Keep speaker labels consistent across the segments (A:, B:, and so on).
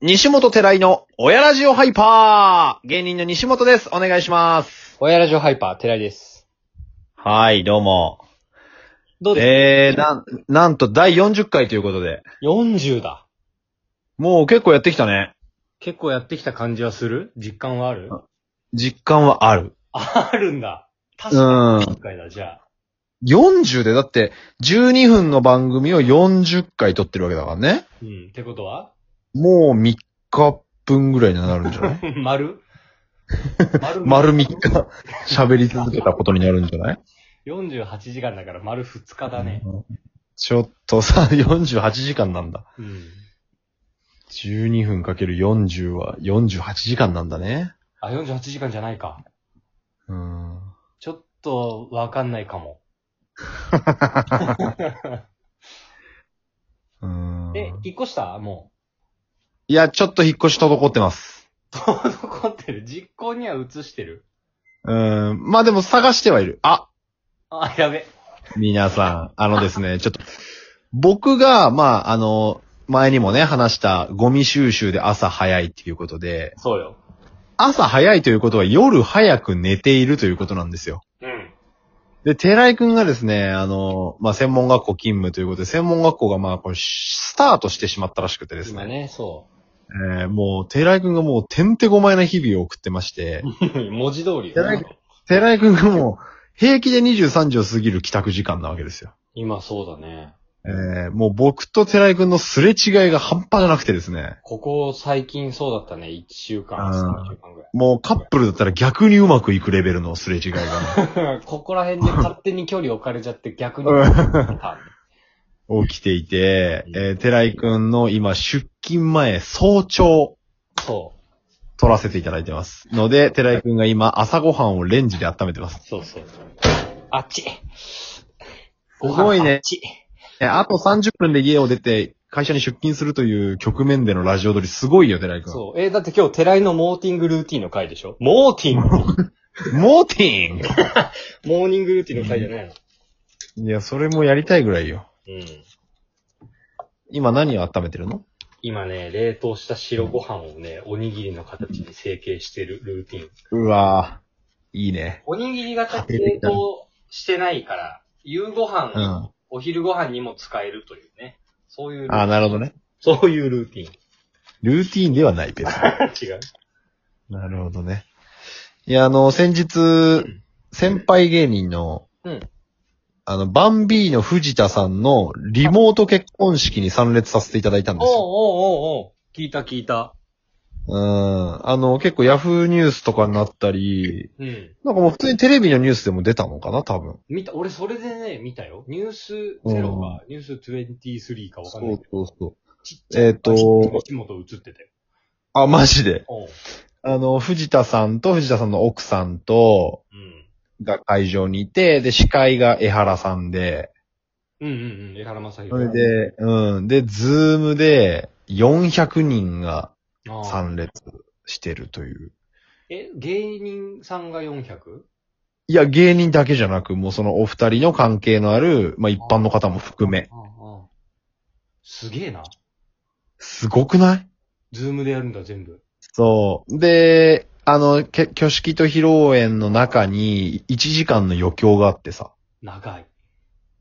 A: 西本寺井の親ラジオハイパー芸人の西本です。お願いします。
B: 親ラジオハイパー、寺井です。
A: はい、どうも。
B: どうです
A: えー、なん、なんと第40回ということで。
B: か ?40 だ。
A: もう結構やってきたね。
B: 結構やってきた感じはする実感はある
A: あ実感はある。
B: あるんだ。確
A: う
B: か
A: ん
B: に。。今回だ、じゃあ。
A: 40で、だって、12分の番組を40回撮ってるわけだからね。
B: うん。ってことは
A: もう3日分ぐらいになるんじゃない
B: 丸丸
A: 丸3日喋り続けたことになるんじゃない
B: ?48 時間だから丸2日だね。
A: ちょっとさ、48時間なんだ。
B: うん。
A: 12分かける40は48時間なんだね。
B: あ、48時間じゃないか。
A: うん。
B: ちょっと、わかんないかも。
A: うん
B: え、引っ越したも
A: いや、ちょっと引っ越し滞ってます。
B: う。残ってる。実行には移してる。
A: うん。まあでも探してはいる。あ、
B: あ、やべ。
A: 皆さん、あのですね、ちょっと、僕が、まあ、あの、前にもね、話したゴミ収集で朝早いっていうことで、
B: そうよ。
A: 朝早いということは夜早く寝ているということなんですよ。
B: うん。
A: で、寺井くんがですね、あの、まあ、専門学校勤務ということで、専門学校がまあ、これ、スタートしてしまったらしくてです
B: 今
A: ね、
B: ね、そ
A: えーもう、寺井くんがもう、てんてこまいな日々を送ってまして、
B: う。 文字通りよ
A: 寺井寺井くんがもう、平気で23時を過ぎる帰宅時間なわけですよ。
B: 今そうだね。
A: えー、もう僕と寺井くんのすれ違いが半端じゃなくてですね。
B: ここ最近そうだったね。1週
A: う
B: 間、
A: ん
B: 3週間ぐ
A: もうカップルだったら逆にうまくいくレベルのすれ違いが
B: らい。 ここら 辺で勝手に距離置かれちゃって逆に。
A: 起きていて、えー、寺井くんの今出勤前早朝
B: そ
A: 撮らせていただいてます。ので、寺井くんが今朝ごはんをレンジで温めてます
B: う。。そうそう。あっち。
A: ごいね
B: あっち。
A: えー、あと30分で家を出て会社に出勤するという局面でのラジオ撮りすごいよ、寺井くん。
B: そう。えーだって今日、寺井のモーティングルーティンの回でしょモーテ ィング
A: モーティング
B: モーニングルーティンの回じゃないの
A: いや、それもやりたいぐらいよ。
B: うん。
A: 今何を温めてるの
B: 今ね、冷凍した白ご飯をね、おにぎりの形に成形してるルーティン。
A: うわぁ、いいね。
B: おにぎり型って冷凍してないから、夕ご飯、
A: うん。
B: お昼ご飯にも使えるというね。そういう、
A: ああ、なるほどね。
B: そういうルー ティ
A: ルーティーンではない、別に。
B: ン。違う。
A: なるほどね。いや、あの、先日、先輩芸人の、
B: うん
A: あの、バンビーの藤田さんのリモート結婚式に参列させていただいたん
B: お
A: で
B: う
A: すよ。
B: おうおうおう聞いた聞いた。
A: うん。あの、結構ヤフーニュースとかになったり、
B: うん。
A: なんかもう普通にテレビのニュースでも出たのかな、多分。
B: 見た、俺それでね、見たよ。ニュースゼロか、ニュース23かわかん
A: そ
B: ないうけど。
A: そうそう。
B: ちっちゃい。
A: えーと
B: 西本映ってたよ。
A: あ、マジで。
B: おう
A: あの、藤田さんと藤田さんの奥さんと、
B: うん。
A: が会場にいて、で、司会が江原さんで、
B: うんうんうん。江原正
A: そ
B: 宏。
A: れで、うん。で、ズームで400人が
B: ああ、
A: 参列してるという。
B: え、芸人さんが 400?
A: いや、芸人だけじゃなく、もうそのお二人の関係のある、まあ一般の方も含め。
B: ああああすげえな。
A: すごくない
B: ズームでやるんだ、全部。
A: そう。で、あの、け挙式と披露宴の中に1時間の余興があってさ。
B: 長い。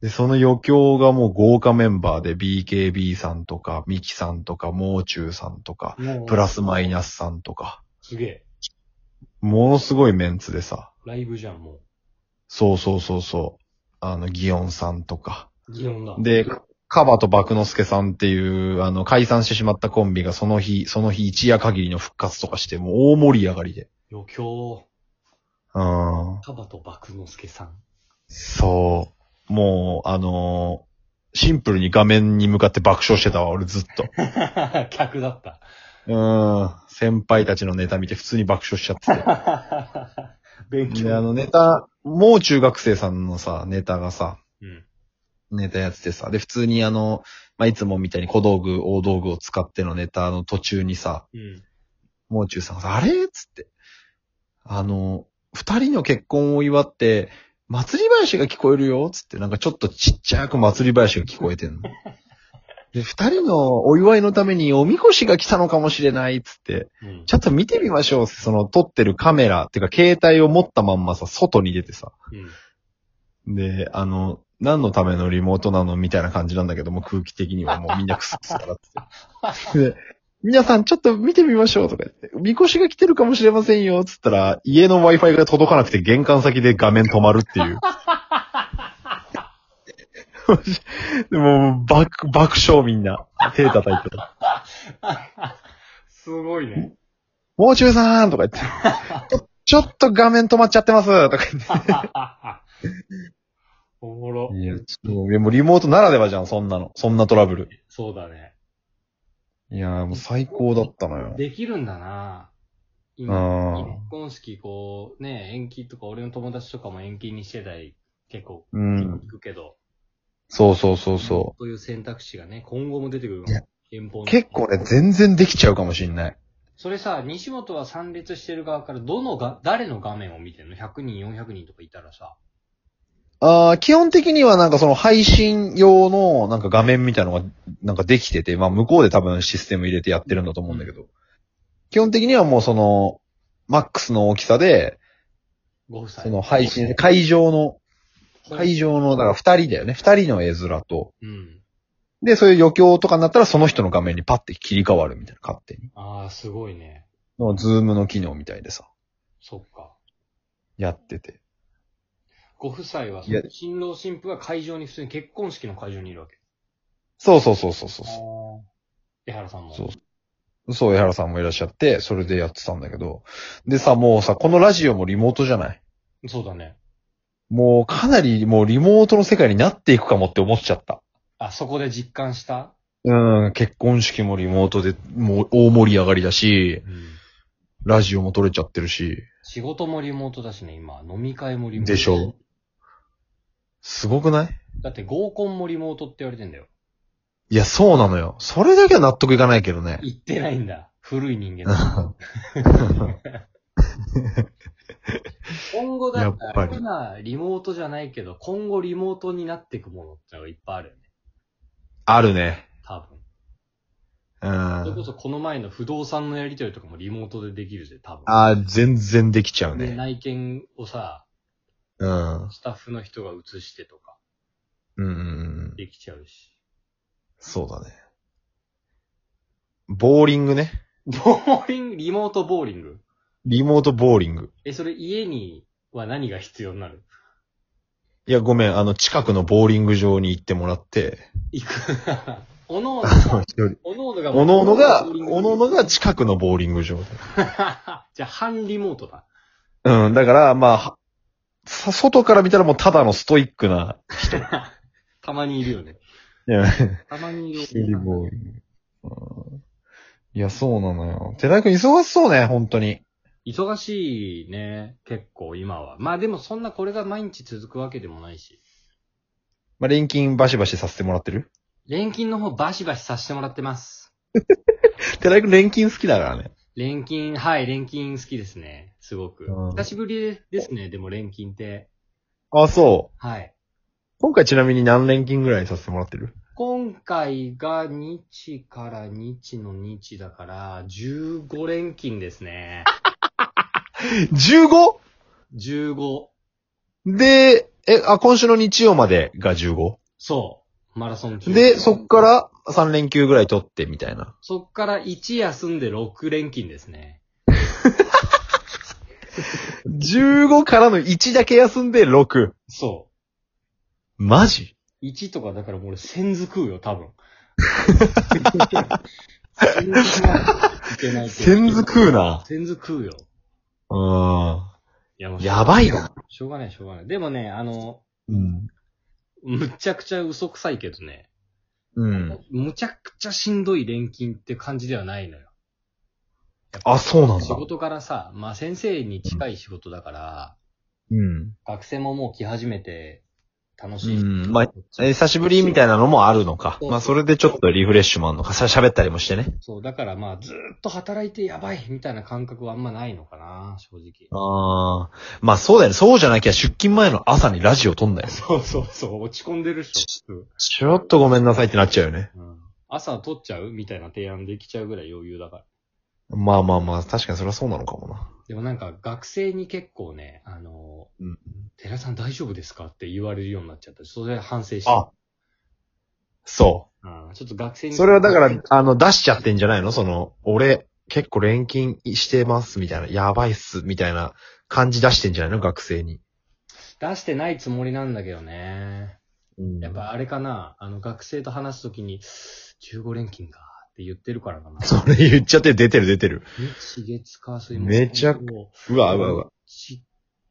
A: で、その余興がもう豪華メンバーで BKB さんとか、ミキさんとか、もう中さんとか、
B: もう
A: プラスマイナスさんとか、
B: すげえ。
A: ものすごいメンツでさ。
B: ライブじゃん、も
A: そうそうそうそう。あの、ギオンさんとか。
B: う。擬音だ。
A: で、カバと爆之助さんっていう、あの、解散してしまったコンビがその日、その日一夜限りの復活とかして、もう大盛り上がりで。
B: 余興、
A: うん。
B: カバと爆之助さん。
A: そう。もう、あのーシンプルに画面に向かって爆笑してたわ、俺ずっと。
B: 客だった。
A: うん。先輩たちのネタ見て普通に爆笑しちゃって
B: 勉
A: て。で、あのネタ、もう中学生さんのさ、ネタがさ、
B: うん。
A: ネタやっててさ、で、普通にあの、まあ、いつもみたいに小道具、大道具を使ってのネタの途中にさ、
B: うん。
A: もう中さんがさ、あれっつって、あの、二人の結婚を祝って、祭り林が聞こえるよっつって、なんかちょっとちっちゃく祭り林が聞こえてんの。で、二人のお祝いのためにおみこしが来たのかもしれないっつって、
B: うん
A: ちょっと見てみましょう。その撮ってるカメラ、っていうか携帯を持ったまんまさ、外に出てさ。
B: うん
A: で、あの、何のためのリモートなのみたいな感じなんだけども、空気的にはもうみんなクスクス笑ってて。で、皆さんちょっと見てみましょうとか言って、みこしが来てるかもしれませんよ、つったら、家の Wi-Fi が届かなくて玄関先で画面止まるっていう。 でも、爆、爆笑みんな。手叩いて。
B: すごいね。
A: もう中さんとか言って。ちょっと画面止まっちゃってますとか言って。
B: おもろ。
A: いや、ちょっと、いやもうリモートならではじゃん、そんなの。そんなトラブル。
B: そうだね。
A: いやー、もう最高だったのよ。
B: できるんだな
A: あー
B: 今、結婚式こう、ね、延期とか、俺の友達とかも延期にしてたり、結構、
A: うん
B: 聞。くけど、
A: そうそうそうそ
B: そういう選択肢がね、今後も出てくるの
A: いや
B: 遠方
A: う。
B: の
A: 結構ね、全然できちゃうかもしんない。
B: それさ、西本は参列してる側から、どのが、誰の画面を見てんの ?100 人、400人とかいたらさ。
A: あー基本的にはなんかその配信用のなんか画面みたいのがなんかできてて、まあ向こうで多分システム入れてやってるんだと思うんだけど。基本的にはもうその、マックスの大きさで、
B: ご夫妻。
A: その配信、会場の、会場の、だから二人だよね。二人の絵面と。
B: うん。
A: で、そういう余興とかになったらその人の画面にパッて切り替わるみたいな、勝手に。
B: ああ、すごいね。
A: の、ズームの機能みたいでさ、
B: そっか。
A: やってて。
B: ご夫妻は、そ
A: いや
B: の新郎新婦が会場に、普通に結婚式の会場にいるわけ。
A: そうそうそうそうそうそう。
B: ああ。江原さんも。
A: そう。そう、江原さんもいらっしゃって、それでやってたんだけど。でさ、もうさ、このラジオもリモートじゃない
B: そうだね。
A: もうかなりもうリモートの世界になっていくかもって思っちゃった。
B: あ、そこで実感した
A: うん、結婚式もリモートでもう大盛り上がりだし、ラジオも撮れちゃってるし、
B: 仕事もリモートだしね、今。飲み会もリモート。
A: でしょすごくない
B: だって合コンもリモートって言われてんだよ。
A: いや、そうなのよ。それだけは納得いかないけどね。
B: 言ってないんだ。古い人間だ。今後だった
A: やっぱ
B: ら、
A: り
B: 今、リモートじゃないけど、今後リモートになっていくものってのがいっぱいあるよね。
A: あるね。
B: 多分。
A: うん。
B: それこ
A: あ
B: そこの前の不動産のやり取りとかもリモートでできるぜ、多分。
A: あー、全然できちゃう
B: で、
A: ね。
B: 内見をさ、
A: うん。うん
B: スタッフの人が映してとか、
A: うんうん。
B: できちゃう し。
A: そうだね。ボーリングね。
B: ボーリング、リモートボーリング
A: リモートボーリング。
B: え、それ家には何が必要になる
A: いや、ごめん、あの、近くのボーリング場に行ってもら って、
B: 行く。 おのおの
A: お
B: が、
A: の
B: おのおの
A: おのが、
B: が、ボーリング
A: おのおの が近くのボーリング場で。
B: じゃあ、半リモートだ。
A: うん、だから、まあは、さ外から見たらもうただのストイックな、
B: たまにいるよね。
A: い や、
B: たまにいる。
A: 一人ボーリング。うんいや、そうなのよ。寺井くん忙しそうね、本当に。
B: 忙しいね、結構今は。まあでもそんなこれが毎日続くわけでもないし。
A: まあ、錬金バシバシさせてもらってる
B: 錬金の方バシバシさせてもらってます。
A: 寺井くん錬金好きだからね。
B: 錬金、はい、錬金好きですね。すごく。
A: うん
B: 久しぶりですね、でも錬金って。
A: あ、そう。
B: はい。
A: 今回ちなみに何錬金ぐらいさせてもらってる
B: 今回が日から日の日だから、15連勤ですね。
A: ?15!
B: 15。
A: で、え、あ、今週の日曜までが 15?
B: そう。マラソン中
A: で、そっから3連休ぐらい取ってみたいな。
B: そっから1休んで6連勤ですね。
A: 15からの1だけ休んで6。
B: そ
A: マジ
B: う。1とかだからもう俺、先ず食うよ、多分。先ずはいけないけど
A: 先ず食うな。
B: 先ず食うよ。
A: うー
B: いや、も
A: ん。
B: う
A: やばいな。
B: しょうがない、しょうがない。でもね、あの、
A: うん。
B: むちゃくちゃ嘘くさいけどね。
A: うん。
B: むちゃくちゃしんどい錬金って感じではないのよ。
A: あ、そうなんだ
B: 仕。事からさ、まあ先生に近い仕事だから、
A: うん。
B: 学生ももう来始めて、楽しい。
A: うん。まあ、え久しぶりみたいなのもあるのか。
B: そう
A: まあ、それでちょっとリフレッシュもあるのか。さ、喋ったりもしてね。
B: そう、だからまあ、ずーっと働いてやばいみたいな感覚はあんまないのかな、正直。
A: ああ。まあ、そうだよね。そうじゃなきゃ出勤前の朝にラジオ撮んだよ。
B: そうそうそう、落ち込んでる人。
A: ちょっとごめんなさいってなっちゃうよね。
B: うん。朝取っちゃうみたいな提案できちゃうぐらい余裕だから。
A: まあまあまあ、確かにそれはそうなのかもな。
B: でもなんか学生に結構ね、あの、
A: うん。
B: 寺さん大丈夫ですかって言われるようになっちゃったし、それ反省して。
A: あ、そ
B: うん、ちょっと学生
A: う。
B: に。
A: それはだから、あの、出しちゃってんじゃないのその、俺、結構錬金してます、みたいな、やばいっす、みたいな感じ出してんじゃないの学生に。
B: 出してないつもりなんだけどね。
A: うん
B: やっぱあれかな、あの学生と話すときに、15連勤かって言ってるからかな。
A: それ言っちゃって出てる出てる。
B: 日月火水
A: めちゃくうわうわうわ。
B: 日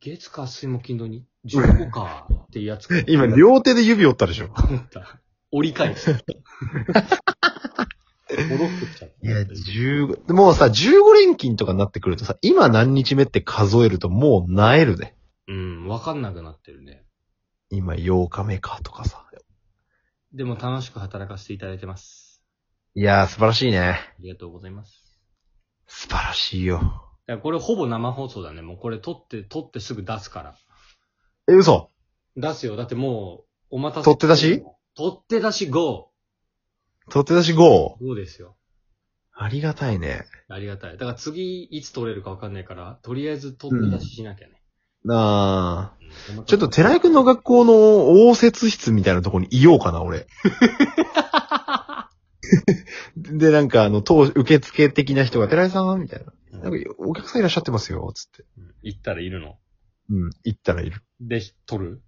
B: 月火水木金土に、15かっていうやつか。
A: 今、両手で指折ったでしょ。
B: 思った。折り返す。戻ってきちゃった。
A: いや、15、もうさ、15連勤とかになってくるとさ、今何日目って数えるともう萎えるで。
B: うん、わかんなくなってるね。
A: 今8日目かとかさ。
B: でも楽しく働かせていただいてます。
A: いやー、素晴らしいね。
B: ありがとうございます。
A: 素晴らしいよ。
B: だからこれほぼ生放送だね。もうこれ撮って、撮ってすぐ出すから。
A: え、嘘
B: 出すよ。だってもう、お待たせ。
A: 取って出し
B: 取って出し 5!
A: 取って出し 5?
B: 5ですよ。
A: ありがたいね。
B: ありがたい。だから次、いつ取れるかわかんないから、とりあえず取って出ししなきゃね。
A: なあ。
B: うん
A: ちょっと、寺井くんの学校の応接室みたいなとこにいようかな、 俺。で、なんか、あの、当、受付的な人が、寺井さんみたいな。なんか、お客さんいらっしゃってますよ、つって。
B: うん行ったらいるの。
A: うん、行ったらいる。
B: で、取る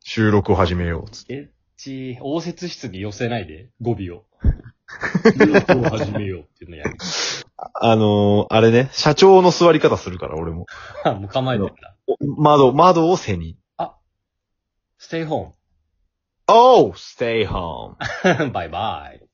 A: 収録を始めよう、つって。
B: えっち、応接室に寄せないで、語尾 を。を始めようっていうのやる。
A: あのー、あれね、社長の座り方するから、俺も。
B: あ もう構えてんだ。
A: お窓、窓を背に。
B: ステイホ
A: Oh, stay home.
B: ーム。バイバイ。